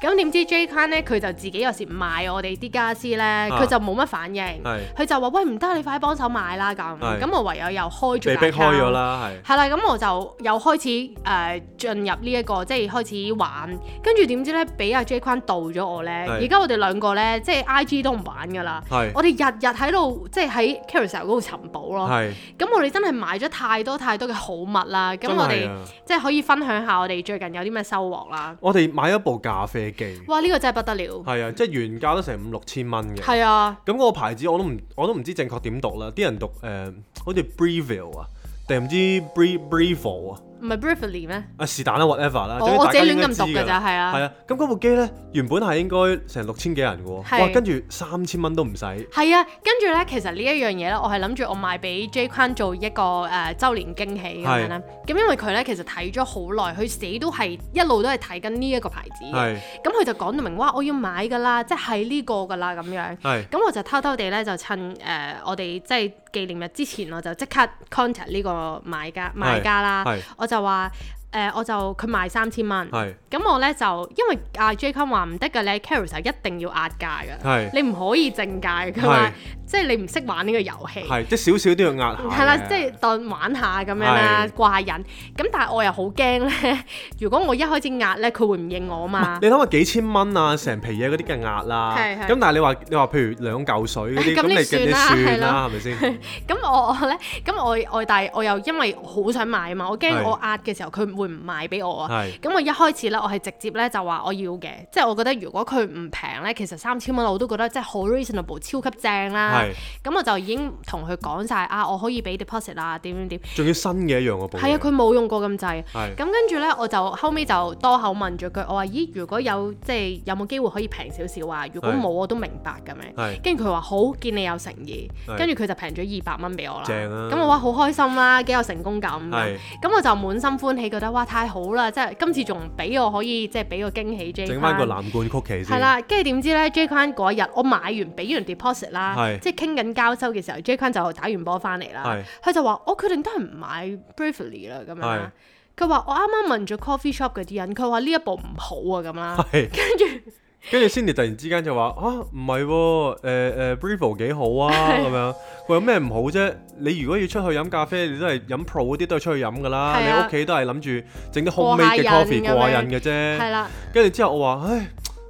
咁點知 J Khan 咧佢就自己有時賣我哋啲家私咧，佢就冇乜反應
啊係，
佢就話喂唔得，你快幫手買啦咁，
係
咁我唯有又開咗
被逼開咗。啦，係
係啦，咁我就又開始誒、呃、進入呢、一個，即係開始玩，跟住點知咧，俾阿 J 框盜咗我咧。
係
而家我哋兩個咧，即係 IG 都唔玩噶啦
係，
我哋日日喺度即係喺 Carousel 嗰度尋寶咯。
係
咁我哋真係買咗太多太多嘅好物啦，咁
真係
我哋
啊
即係可以分享下我哋最近有啲咩收穫啦。
我哋買一部咖啡機，
哇！呢、個真係不得了，
係啊，即係原價都成五六千蚊嘅。
係啊，
咁嗰個牌子我都唔我都唔知正確點讀啦，啲人讀誒好似 Breville 啊，定唔知 Bre Breville 啊？
唔係 briefly 咩？
啊是但啦，whatever 啦，
我
總之
我
大
自
家
己
應該
亂咁讀㗎
知㗎啦
咋係啊
係啊，咁嗰部機咧原本係應該成六千幾人嘅喎，
係
哇，跟住三千蚊都唔使，係
係啊，跟住咧，其實呢一樣嘢咧，我係諗住我賣俾 J 框做一個誒、呃、周年驚喜咁樣啦。咁因為佢咧其實睇咗好耐，佢死都係一路都係睇緊呢一個牌子嘅。咁佢就講到明，哇！我要買㗎啦，即係呢個㗎啦咁樣。
係
咁我就偷偷地咧，就趁誒、呃我哋即係紀念日之前，我就即刻 contact 呢個買家賣家啦
係。
我就話誒、呃我就佢賣三千蚊。
係
咁我咧就因為阿 J 君話唔得㗎，你喺 Carousel 一定要壓價
係
㗎，你唔可以正價㗎，佢
係
話即係你唔識玩呢個遊戲。
係即係少少都要壓下嘅，
嗯係啦，即係當玩下咁樣啦
係，
掛下癮。咁但係我又好驚咧，如果我一開始壓咧，佢會唔應我嘛？
你諗下幾千蚊啊，成皮嘢嗰啲嘅壓啦，
啊係係
咁但係你話你話譬如兩嚿水嗰啲，
咁
咁
你
你
算
你
啦
算
係
啦，
啦
係咪先？
咁我我咧，咁我我但係我又因為好想買啊嘛，我
係
驚我壓嘅時候佢唔會唔賣俾我啊？
係
咁我一開始咧，我係直接咧就話我要嘅，即係我覺得如果佢唔平咧，其實三千蚊我都覺得即係好 reasonable，超級正啦。
係，
咁我就已經同佢講晒啊，我可以俾 deposit 啊，點點點。
仲要新嘅一樣個部。
係啊，佢冇用過咁滯。
係
咁跟住呢，我就後尾就多口問咗佢，我話：咦，如果有即係有冇機會可以平少少啊？如果
係
冇，我都明白咁樣。
係
跟住佢話好，見你有誠意，
係
跟住佢就平咗二百蚊俾我啦。
正啊
咁我話好開心啦，幾有成功感。
係
咁我就滿心歡喜，覺得哇太好啦！即係今次仲俾我可以即係俾個驚喜 J
整翻個
框
藍罐曲奇
係
先。
啦，跟住點知咧？J 坤嗰日我買完俾完 deposit 啦
係，
即係傾緊交收嘅時候，J 坤就打完波翻嚟啦
係。
佢就話：我決定都係唔買 Bravely 啦，咁樣啦。佢話：我啱啱問咗 coffee shop 嗰啲人，佢話呢一步唔好啊，咁 啦。
係跟住。跟住 Cindy 突然之間就話啊，唔係喎，誒、誒 Brivo 幾好 啊咁樣。佢有咩唔好啫？你如果要出去飲咖啡，你都係飲 Pro 嗰啲都係出去飲噶啦。
係啊
你屋企都係諗住整啲
過下
homemade 嘅
癮
coffee
咁樣
過下癮嘅
係
啫。
啦，
跟住之後我話，唉，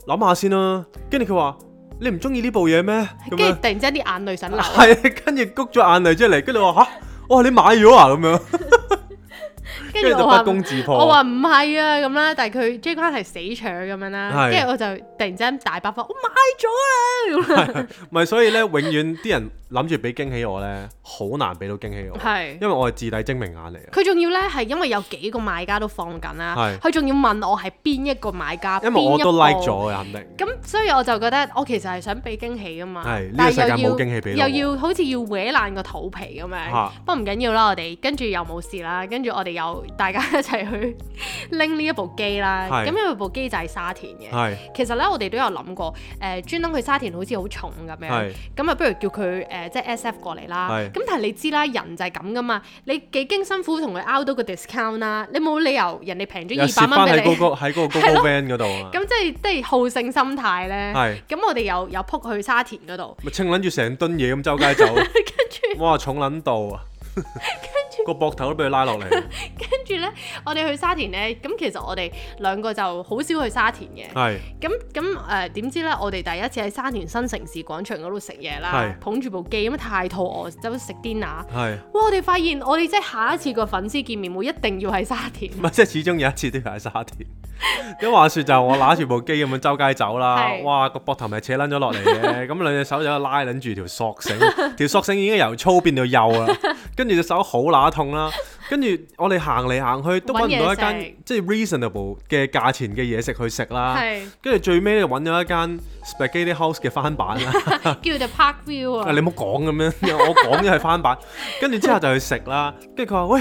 諗下先啦。跟住佢話，你唔中意呢部嘢咩？咁啊
跟住
樣
突然之間啲眼淚想流。
係，跟住谷咗眼淚出嚟。跟住我話吓，哇你買咗啊咁樣。
跟
跟
住
住就
我話
不攻自破。
我話唔係啊，咁啦。但係佢 J 坤係死搶咁樣啦。
係
跟住我就突然之間大爆發，我買咗啊啦咁啦。
唔係，所以咧，永遠啲人諗住俾驚喜我咧，好難俾到驚喜我，
係
因。為我係自底精明眼嚟啊。
佢仲要咧係因為有幾個買家都放緊啦
係，
佢仲要問我係邊一個買家，
因為我
邊
都
一
like
個。
咗嘅，肯定。
咁所以我就覺得我其實係想俾驚喜噶嘛，
係呢個
但
世界
係又要
冇驚喜俾到
又
我
要好似要搲爛個肚皮咁樣
嚇。
不過唔緊要啦，我哋跟住又冇事啦，跟住我哋又大家 一齊去拎呢一部機啦。
係
咁因為部機就係沙田嘅，
係
其實咧我哋都有諗過，誒專登去沙田好似好重咁樣
係，
咁啊不如叫佢誒即係 SF 過嚟啦。
係
咁但係你知啦，人就係咁噶嘛，你幾經辛苦同佢 out 到個 discount 啦，你冇理由人哋平咗
又
二
蝕
百
翻
蚊
喺
俾
嗰
你
個，喺嗰個 GoGo Van 嗰度啊。
咁即係即係好勝心態咧。
係
咁我哋又又撲去沙田嗰度，
咪清撚住成噸嘢咁周街走，跟住哇重撚到啊！跟住個膊頭都俾佢拉落嚟，
跟住呢，我哋去沙田呢，咁其實我哋兩個就好少去沙田嘅。
係
咁咁誒點知呢？我哋第一次喺沙田新城市廣場嗰度食嘢啦
係，
捧住部機，因為啊太肚餓，走去食 dinner。
係，
哇！我哋發現我哋即係下一次個粉絲見面會一定要喺沙 田。
咪即係始終有一次都要喺沙田。 咁話説就我揦住部機咁樣周街走啦
係，
哇個膊頭咪扯撚咗落嚟 嘅，咁兩隻手就喺度拉撚住條索繩， 條索繩已經由粗變到幼 啦，跟住隻手好乸痛啦，跟住我哋行嚟行去都揾唔到一
搵嘢食
間即係 reasonable 嘅價錢嘅嘢食去食啦，
係
跟住最尾就揾咗一間 Spaghetti House 嘅翻版啦。
叫做 Park View
啊！
啊
你，唔好講咁樣， 我講咗係翻版，跟住之後就去食啦。跟住佢話：喂，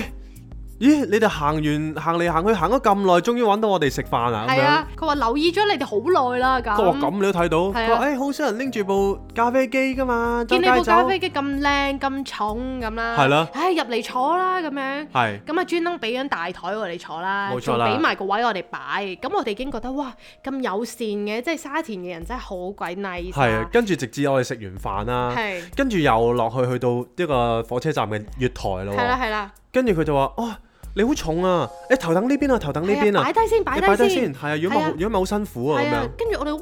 咦，你哋行完行嚟行去行咗咁耐，終於揾到我哋食飯啊！咁
係
樣
啊，佢話留意咗你哋好耐啦咁。
佢話咁你都睇到，
係啊
佢話：誒，好少人拎住部咖啡機噶嘛，周
見你
街
部
走
咖。啡機咁靚咁重咁啦，
係啦
唉入嚟坐啦咁樣，
係
咁啊專登俾張大台我哋坐啦，
冇錯
仲
啦
俾埋個位我哋擺，咁我哋已經覺得哇咁友善嘅，即係沙田嘅人真係好鬼 nice
係啊
啊，，
跟住直至我哋食完飯啦
係，
跟住又落去去到一個火車站嘅月台咯
係啦
喎。
係啦，
跟住佢就話：哦，你好重啊！誒，頭等呢邊啊，頭等呢邊
係啊
啊
擺，低先
你
擺
擺
低
低
先
先。，係啊，如果
係
唔
啊
係如果唔係好辛苦啊咁
係
樣
啊。，跟住我哋哇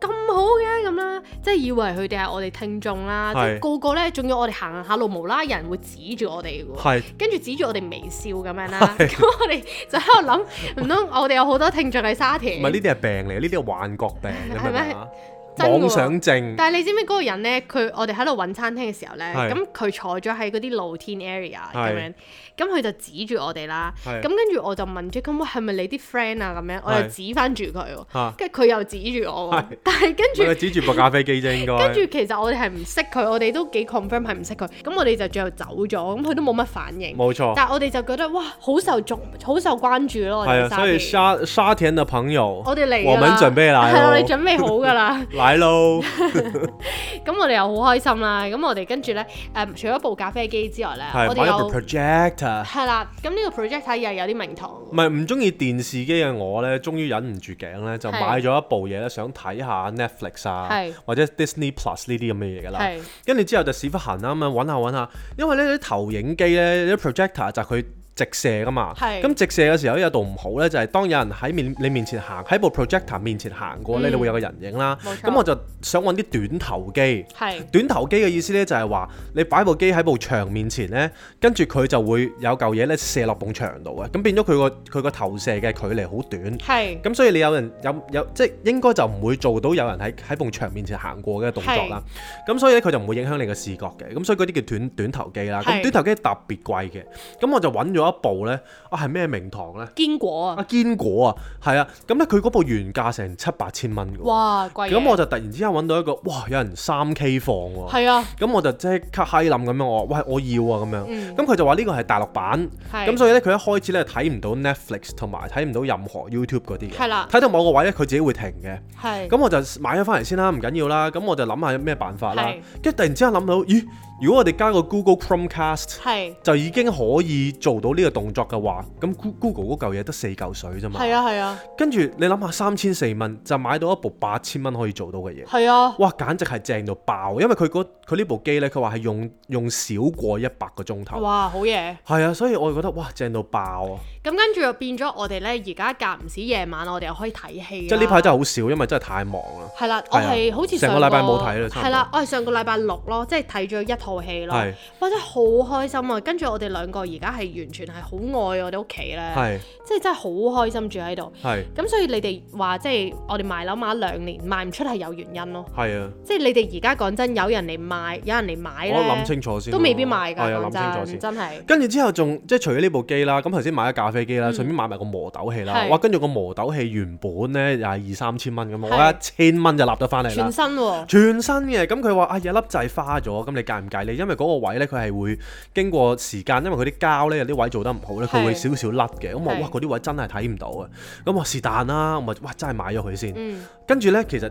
咁好嘅咁啦，即係以為佢哋係我哋聽眾啦，即係
係
個個咧，仲要我哋行下路無啦啦有人會指住我哋喎。
係
跟住指住我哋微笑咁樣 啦，咁我哋就喺度諗，唔通我哋有好多聽眾喺沙田
唔係？呢啲係病嚟，呢啲係幻覺病，你明唔
係
明
咩
啊？
真㗎喎
妄想症
但係你知唔知嗰個人咧？佢我哋喺度揾餐廳嘅時候咧，
係
咁佢坐咗喺嗰啲露天 area 咁
係
樣，咁佢就指住我哋啦。
係
咁跟住我就問 J 咁喂係咪你啲 friend 啊？咁樣我又
係
指翻住佢喎
嚇，
跟住佢又指住我喎
係。
但係跟住
佢指住部咖啡機啫，應該。
跟住其實我哋係唔識佢，我哋都幾 confirm 係唔識佢。咁我哋就最後走咗，咁佢都冇乜反應。
冇錯，
但係我哋就覺得哇，好受重好受關注咯。我
係
哋
啊，所以
沙田
沙沙田嘅朋友，
我哋嚟㗎啦
我們準 備
係啊啦，我哋
來咯，
準備好㗎啦。
來 咯，
咁我哋又好開心啦，咁我哋跟住咧，誒、除咗部咖啡機之外咧，
係
我哋
買咗部
又
projector。
係啦，咁呢個 projector 又有啲名堂喎，
唔係唔中意電視機嘅我呢，終於忍唔住頸呢，就
係
買咗一部嘢呢，想睇下 Netflix 啊
係，
或者 Disney Plus 呢啲咁嘅嘢㗎啦
係。
啊跟住之後就屎忽痕啦，咁樣揾下揾下，因為呢啲投影機呢，啲 projector 就佢直射噶嘛。
係
咁直射嘅時候有度唔好呢，就係、當有人喺面你面前行，喺部 projector 面前行過咧，
嗯
你會有個人影啦。
冇錯
咁我就想揾啲短頭機。
係
短頭機嘅意思呢，就係話你擺部機喺部牆面前呢，跟住佢就會有嚿嘢呢射落埲牆度嘅，咁變咗佢個佢個投射嘅距離好短。
係
咁所以你有人有有即係應該就唔會做到有人喺喺埲牆面前行過嘅動作啦。咁所以咧佢就唔會影響你嘅視覺嘅。咁所以嗰啲叫短短頭機啦。
係
咁短頭機特別貴嘅。咁我就揾咗一部咧，啊係咩名堂咧？
堅果啊
啊！堅果啊，係啊。咁咧佢嗰部原價成七八千蚊嘅喎。
哇啊貴嘢
咁我就突然之間揾到一個，哇！有人三 K 放喎、
係啊
咁我就即刻閪冧咁樣，我話喂我要啊咁樣，
嗯
咁佢、就話呢個係大陸版，
係
咁所以咧佢一開始咧睇唔到 Netflix 同埋睇唔到任何 YouTube 嗰啲
係啦
嘅，睇到某個位咧佢自己會停嘅，
係
咁我就買咗翻嚟先啦，唔緊要啦，咁我就諗下有咩辦法啦
係，
跟住突然之間諗到，咦，如果我哋加個 Google Chromecast
係
就已經可以做到呢個動作嘅話，咁 Goo- Google 嗰嚿嘢得四嚿水啫嘛，
係啊係啊
跟住你諗下三千四蚊就買到一部八千蚊可以做到嘅嘢。
係啊
哇，簡直係正到爆！因為佢嗰佢呢部機呢，佢話係用用少過一百個鐘頭，
哇好嘢！
係啊，所以我就覺得哇，正到爆啊！
咁跟住又變咗我哋咧，而家隔唔時夜晚我哋又可以睇戲啦。
即係呢排真係好少，因為真係太忙啦。
係啦，
係
我
啊
係好似
成個
個
禮拜冇睇啦差唔多
係啦，我係上個禮拜六咯，即係睇咗一套戲咯
係。
哇！真係好開心啊！跟住我哋兩個而家係完全係好愛我哋屋企咧，
係
即係啊真係好開心住喺度。
係
咁所以你哋話即係我哋賣樓買咗兩年賣唔出係有原因咯。
係啊！
即係你哋而家講真，有人嚟賣，有人嚟買
我諗
咧，
清楚先咯，
都未必賣
係
㗎。講
啊，諗清
真，
楚先。
真係
跟住之後仲即係除咗呢部機啦，咁頭先買咗咖啡機啦，順便買埋個磨豆器啦。
係
哇！跟住個磨豆器原本呢又係二三千蚊咁，我
係
一千蚊就立咗翻嚟啦
全。新喎，
全新嘅，咁佢話啊有粒掣花咗，咁你介唔介意？因為嗰個位呢，佢係會經過時間，因為佢啲膠呢，有啲位做得唔好呢，佢
係
會少少甩嘅。咁我
係
哇嗰啲位真係睇唔到啊！咁我是但啦，我咪哇真係買咗佢先。
嗯，
跟住呢，其實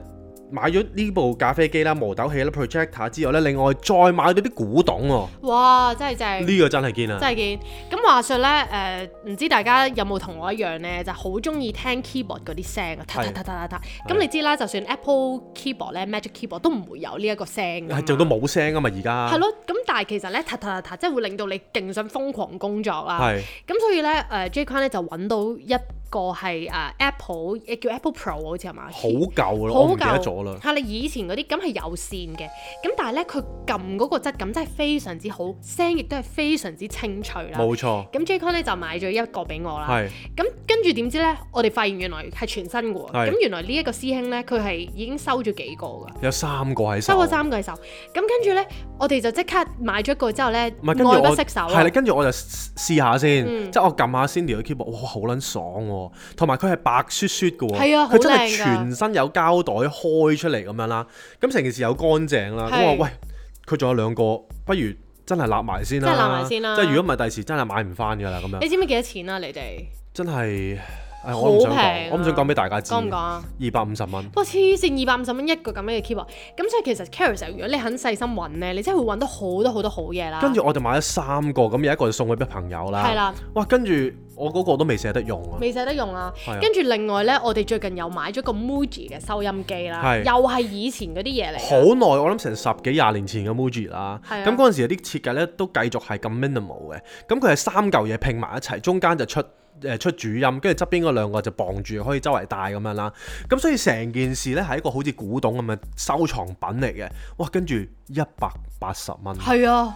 買咗呢部咖啡機啦、磨豆器啦、projector 之外呢，另外再買咗啲古董喎、
哇！真係正。
呢個真係堅啊！
真係見。咁話說咧，誒、呃唔知大家有冇同我一樣咧，就好中意聽 keyboard 嗰啲聲啊，嗒嗒
係
嗒嗒嗒嗒。
係
咁你知啦，就算 Apple keyboard 咧，Magic keyboard 都唔會有呢一個聲㗎嘛。
係做到冇聲啊嘛，而家
係咯，咁但係其實咧，嗒嗒嗒嗒，即係會令到你勁想瘋狂工作啦。
係
咁所以呃咧，誒、J Quan 咧就揾到一個係誒、Apple，誒呃叫 Apple Pro 好似係嘛？
好舊啦，我唔記得
舊
咗啦。
係你以前嗰啲咁係有線嘅，咁但係咧佢撳嗰個質感真係非常之好，聲亦都係非常之清脆啦。
冇錯，
咁 J Con 咧就買咗一個俾我啦。
係
咁跟住點知咧，我哋發現原來係全新嘅喎。
係
咁原來呢一個師兄咧，佢係已經收咗幾個㗎，
有三個喺手，
收咗三個手。咁跟住咧，我哋就即刻買咗一個之後咧，愛
唔係，跟住我
不釋手啊。
係啦，跟住我就試試下先，
嗯
即係我撳下 Cindy 嘅 keyboard，哇，好撚爽喎、同埋佢係白雪雪嘅喎，
係啊好
佢真係
靚㗎
全身有膠袋開出嚟咁樣啦，咁成件事又乾淨啦，咁
係
我話喂，佢仲有兩個，不如真係立埋先啦，
真係立埋先啦
即係如果唔係第時真係買唔翻㗎啦，咁樣
你知唔知幾多錢啊？你哋
真係，唉，
好
我唔想
平
講
啊，
我唔想講俾大家知，
講唔講
二
啊？
百五十蚊，
哇！黐線，二百五十蚊一個咁樣嘅 keyboard，咁所以其實 Carousel 如果你肯細心揾咧，你真係會揾到好多好多好嘢啦。
跟住我就買咗三個，咁有一個就送咗俾朋友啦，
啊係啦，
哇，跟住我嗰個都未捨得用啊，
未捨得用啊
係啊！
跟住另外呢，我哋最近又買咗個 Muji 嘅收音機啦，
係
又係以前嗰啲嘢嚟
好
㗎。
耐，我諗成十幾廿年前嘅 Muji 啦。
係啊
咁嗰陣時啲設計咧都繼續係咁 minimal 嘅。咁佢係三嚿嘢拼埋一齊，中間就出誒、呃出主音，跟住側邊嗰兩個就綁住，可以周圍帶咁樣啦。咁所以成件事咧係一個好似古董咁嘅收藏品嚟嘅。哇！跟住一百八十蚊。
係啊，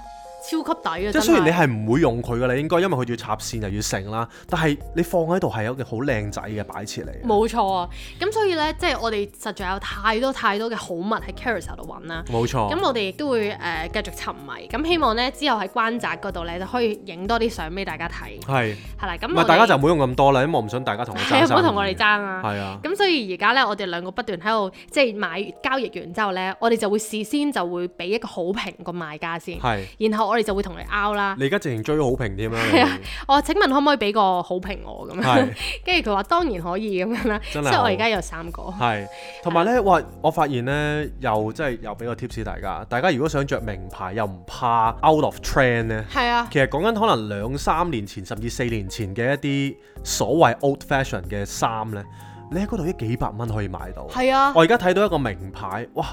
超級抵啊！
即係
真
雖然你係唔會用佢㗎啦，應該因為佢要插線啊又要剩啦，但係你放喺度係有一件好靚仔嘅擺設嚟嘅。
冇錯啊，咁所以呢，即係我哋實在有太多太多嘅好物喺 Carousel 度揾啦。
冇錯。
嗯咁我哋亦都會誒、呃、繼續沉迷，咁希望呢，之後喺關閘嗰度呢，就可以影多啲相俾大家睇，
係。
係啦。咁
唔
我
係
哋
大家就唔好用咁多啦，因為我唔想大家同我 爭
係啊，唔好同我哋爭
生意
啊。
係啊。
咁所以而家咧，我哋兩個不斷喺度即係買交易完之後咧，我哋就會事先就會俾一個好評個賣家先，
係
然後我哋就會同佢拗啦。
你而家直情追好評添啦，你
係啊，我話請問可唔可以俾個好評我咁樣
係？
跟住佢話當然可以咁樣啦。即
真係
係
好
我而家有三個，
係，同埋咧，哇！我發現咧，又即係又俾個 tips 大家，大家如果想着名牌又唔怕 out of trend 咧，
係啊，
其實講緊可能兩三年前甚至四年前嘅一啲所謂 old fashion 嘅衫咧，你喺嗰度一幾百蚊可以買到。
係啊
我，而家睇到一個名牌，哇！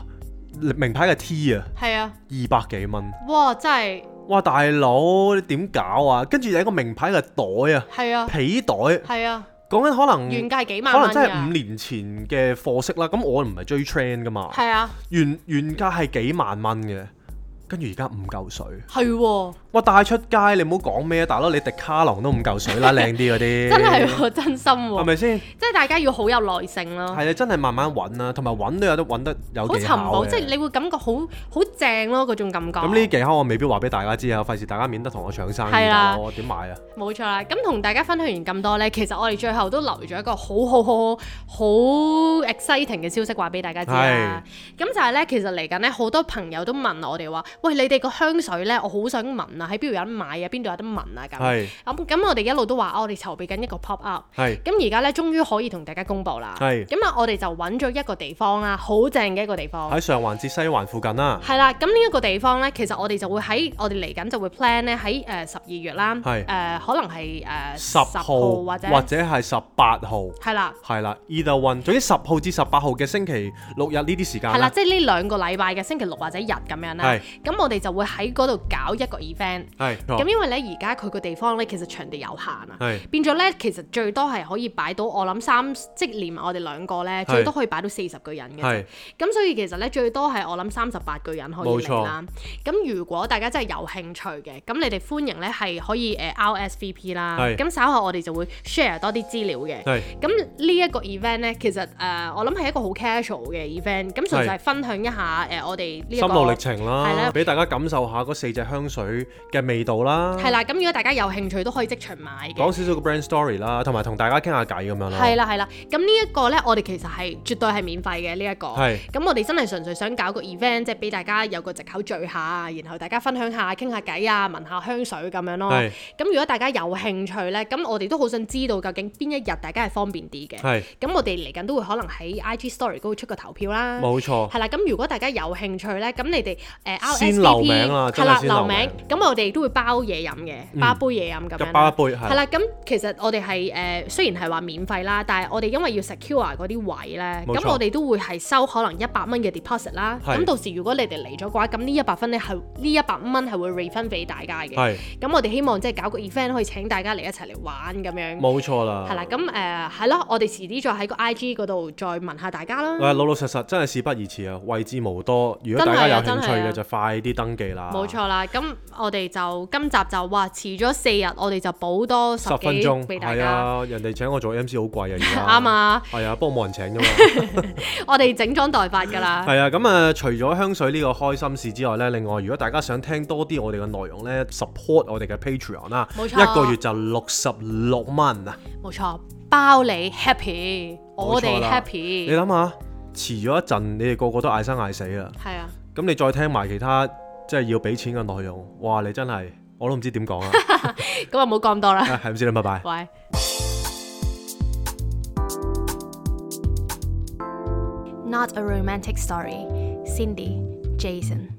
名牌嘅 T 啊，
係啊，
二百幾蚊，
哇！真係
哇大佬，你點搞啊？跟住有一個名牌嘅袋啊，
係啊，
皮袋，
係啊，
講緊可能
原價係幾啊萬
嗯可
蚊
能真
㗎
係五年前嘅貨色啦。咁我唔係追 trend 噶嘛，
係啊，
原原價係幾萬蚊嘅，跟住而家五嚿水。
係喎、
哇！帶出街你唔好講咩，大佬你迪卡龍都五 嚿水啦，靚啲嗰啲，
真係喎，真心喎、
係咪先？
即係大家要好有耐性咯。
係你真係慢慢揾啦，同埋揾都有得揾得有
好
技
尋
巧
寶，
嘅
即係你會感覺好好正咯，嗰種感覺。
咁呢啲技巧我未必話俾大家知啊，費事大家免得同我搶生意，
係啦
大佬我點買啊？
冇錯啦。咁同大家分享完咁多呢，其實我哋最後都留咗一個好好好好好 exciting 嘅消息話俾大家知啦。咁就係呢，其實嚟緊呢，好多朋友都問我哋話：喂，你哋個香水呢，我好想聞啊，喺邊度有得買啊？邊度有得聞啊？咁
係
咁咁，我哋一路都話啊，我哋籌備緊一個 pop up。
係
咁而家咧，終於可以同大家公佈啦。
係
咁啊，我哋就揾咗一個地方啦，好正嘅一個地方。
喺上環至西環附近啦，
係啦，咁呢一個地方呢，其實我哋就會喺我哋嚟緊就會 plan 咧喺誒十二月啦，誒、
係
可能係誒
十號
或
或
者
者係十八號，
係啦，
係啦，either one，總之十號至十八號嘅星期六日呢啲時間
係啦，
啦，
即係呢兩個禮拜嘅星期六或者日咁樣啦
係。
咁我哋就會喺嗰度搞一個 event。
係冇
咁
錯
因為呢，而家佢個地方呢，其實場地有限啊，
係
變咗呢，其實最多係可以擺到我諗三，即係連埋我哋兩個呢，最多可以擺到四十個人嘅啫。
係
咁所以其實咧最多係我諗三十八個人可以
冇
嚟
錯
啦。咁如果大家真係有興趣嘅，咁你哋歡迎咧係可以誒、呃 RSVP 啦。
係
咁稍後我哋就會 share 多啲資料嘅。
係
咁呢一個 event 咧，其實誒、呃我諗係一個好 casual 嘅 event，咁純粹係
係
分享一下誒、呃我哋呢一
心路歷
個。
程
係啦
啦，俾大家感受下嗰四隻香水嘅味道啦，
係啦，咁如果大家有興趣都可以即場買嘅
講。少少個 brand story 啦，同埋同大家傾下偈咁樣咯，
係啦係啦，咁呢一個呢，我哋其實係絕對係免費嘅呢一個。
係
咁我哋真係純粹想搞個 event，即係俾大家有個藉口聚下，然後大家分享下、傾下偈啊、聞下香水咁樣咯。
係
咁如果大家有興趣呢，咁我哋都好想知道究竟邊一日大家係方便啲嘅。
係
咁我哋嚟緊都會可能喺 IG Story 嗰度出個投票啦。
冇錯，
係啦，咁如果大家有興趣咧，咁你哋呃誒 RSVP
先留名啦
係
真係
啦，
先留
留
名嗯
名，咁我哋都會包嘢飲嘅，包杯嘢飲咁樣
一
啦。
包一杯
係
係
啦，咁其實我哋係誒雖然係話免費啦，但係我哋因為要 secure 嗰啲位咧，
冇錯
咁我哋都會係收可能一百蚊嘅 deposit 啦。
係
咁到時如果你哋嚟咗嘅話，咁呢一百分咧係呢一百蚊係會 refund 俾大家嘅。
係
咁我哋希望即係搞個 event 可以請大家嚟一齊嚟玩咁樣。
冇錯啦，
係啦，咁誒呃係咯，我哋遲啲再喺個 IG 嗰度再問下大家啦。
喂，老老實實真係事不宜遲啊，位置無多。如
真
果
係啊
大家有興趣
真係啊
嘅，就快啲登記啦。
冇，錯啦，咁我哋就今集就話遲咗四日，我哋就補多十
十分
幾
鐘
俾大
係
家。
啊，人哋請我做 MC 好貴啊，而 家
啱啊！
係啊，不過冇人請㗎嘛。
我哋整裝待發㗎啦，
係啊，咁啊，除咗香水呢個開心事之外呢，另外如果大家想聽多啲我哋嘅內容呢 s u p p o r t 我哋嘅 Patreon 啦，
冇錯
一個月就六十六蚊啊！
冇錯，包你 happy，我哋
冇錯啦你
happy，
諗下，遲咗一陣，你哋個個都嗌生嗌死啦。
係啊，
咁你再聽埋其他即係要俾錢嘅內容，哇！你真係我都唔知點 講啊，
咁啊唔好講咁多啦，
啊係唔知啦，拜拜。
喂。
Not a romantic story. Cindy, Jason.